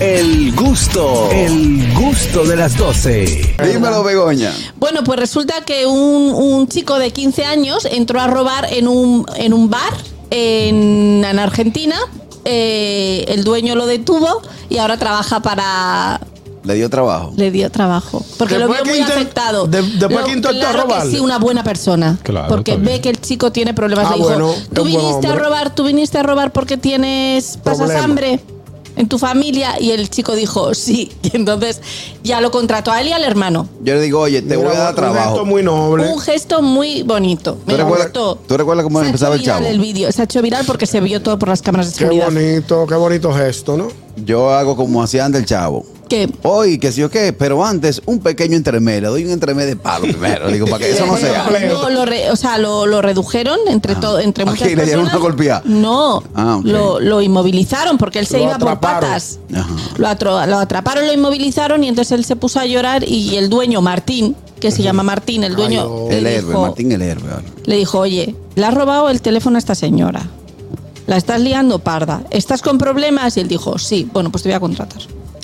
El gusto, el gusto de las 12. Dímelo, Begoña. Bueno, pues resulta que un, un chico de 15 años entró a robar en un, en un bar en, en Argentina. Eh, el dueño lo detuvo y ahora trabaja para... Le dio trabajo. Le dio trabajo. Porque Después lo vio que muy intent- afectado. de- después que intentó claro robarle. que sí, una buena persona. Claro, porque está bien. ve que el chico tiene problemas. Ah, Le dijo, bueno, es tú un buen viniste a hombre". robar, tú viniste a robar porque tienes... Pasas Problema. hambre en tu familia. Y el chico dijo, sí. Y entonces ya lo contrató a él y al hermano. Yo le digo, oye, te voy a dar trabajo. Esto muy noble. Un gesto muy bonito. Me ¿Tú recuerdas, gustó. tú recuerdas cómo Se ha empezaba hecho el chavo? viral el vídeo. Se ha hecho viral porque se vio todo por las cámaras de Qué seguridad. bonito, qué bonito gesto, ¿no? Yo hago como hacía antes el chavo. Que Hoy, qué sé yo qué, pero antes un pequeño entremés, le doy un entremés de palo primero, digo, para que eso no sea. eh, No, lo re- o sea, lo, lo redujeron entre todo, entre Ok, muchas le dieron personas. una golpeada. No, Ah, ok. lo, lo inmovilizaron porque él se Lo iba atraparon. por patas. Ajá. Lo, atro- lo atraparon, lo inmovilizaron y entonces él se puso a llorar y el dueño Martín, que se llama Martín, el dueño Dios. le El héroe, dijo- Martín el héroe. ahora. Le dijo, oye, le has robado el teléfono a esta señora. La estás liando parda. ¿Estás con problemas? Y él dijo, sí, bueno, pues te voy a contratar.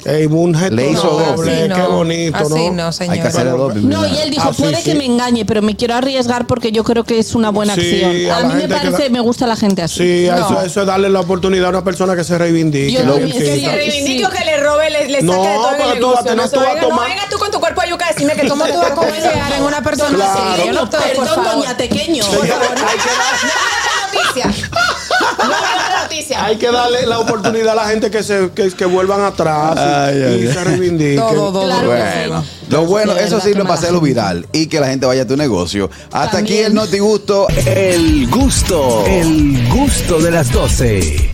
Ey, un gesto Le hizo noble, doble. así no. qué bonito, ¿no? Así no, Hay que señor. hacer el doble. No, y él dijo, Ah, sí, puede sí. que me engañe, pero me quiero arriesgar porque yo creo que es una buena Sí, acción. a A, la mí me gente que parece, la- me gusta la gente así. Sí, No. Eso, eso es darle la oportunidad a una persona que se reivindique. Yo ¿no? también, Sí. es que Si sí. reivindico que le robe, le, le saque No, de todo en pero el tú vas a negocio. tener- no, se tú vas a venga- no tomar- vengas tú con tu cuerpo a yuca a decirme que cómo tú vas a confiar en una persona Claro. así. Yo no estoy, por Perdón, favor. doña Tequeño. Por favor, no me hagas esta noticia. No me hagas esta noticia. Hay que darle la oportunidad a la gente que se que, que vuelvan atrás y- Ay, ay, y ay. se reivindiquen. Todo, todo. Claro que Bueno, sí. lo bueno, De eso verdad, sirve qué para mala hacerlo gente. viral y que la gente vaya a tu negocio. Hasta aquí También. el Noti Gusto. El gusto, el gusto de las 12.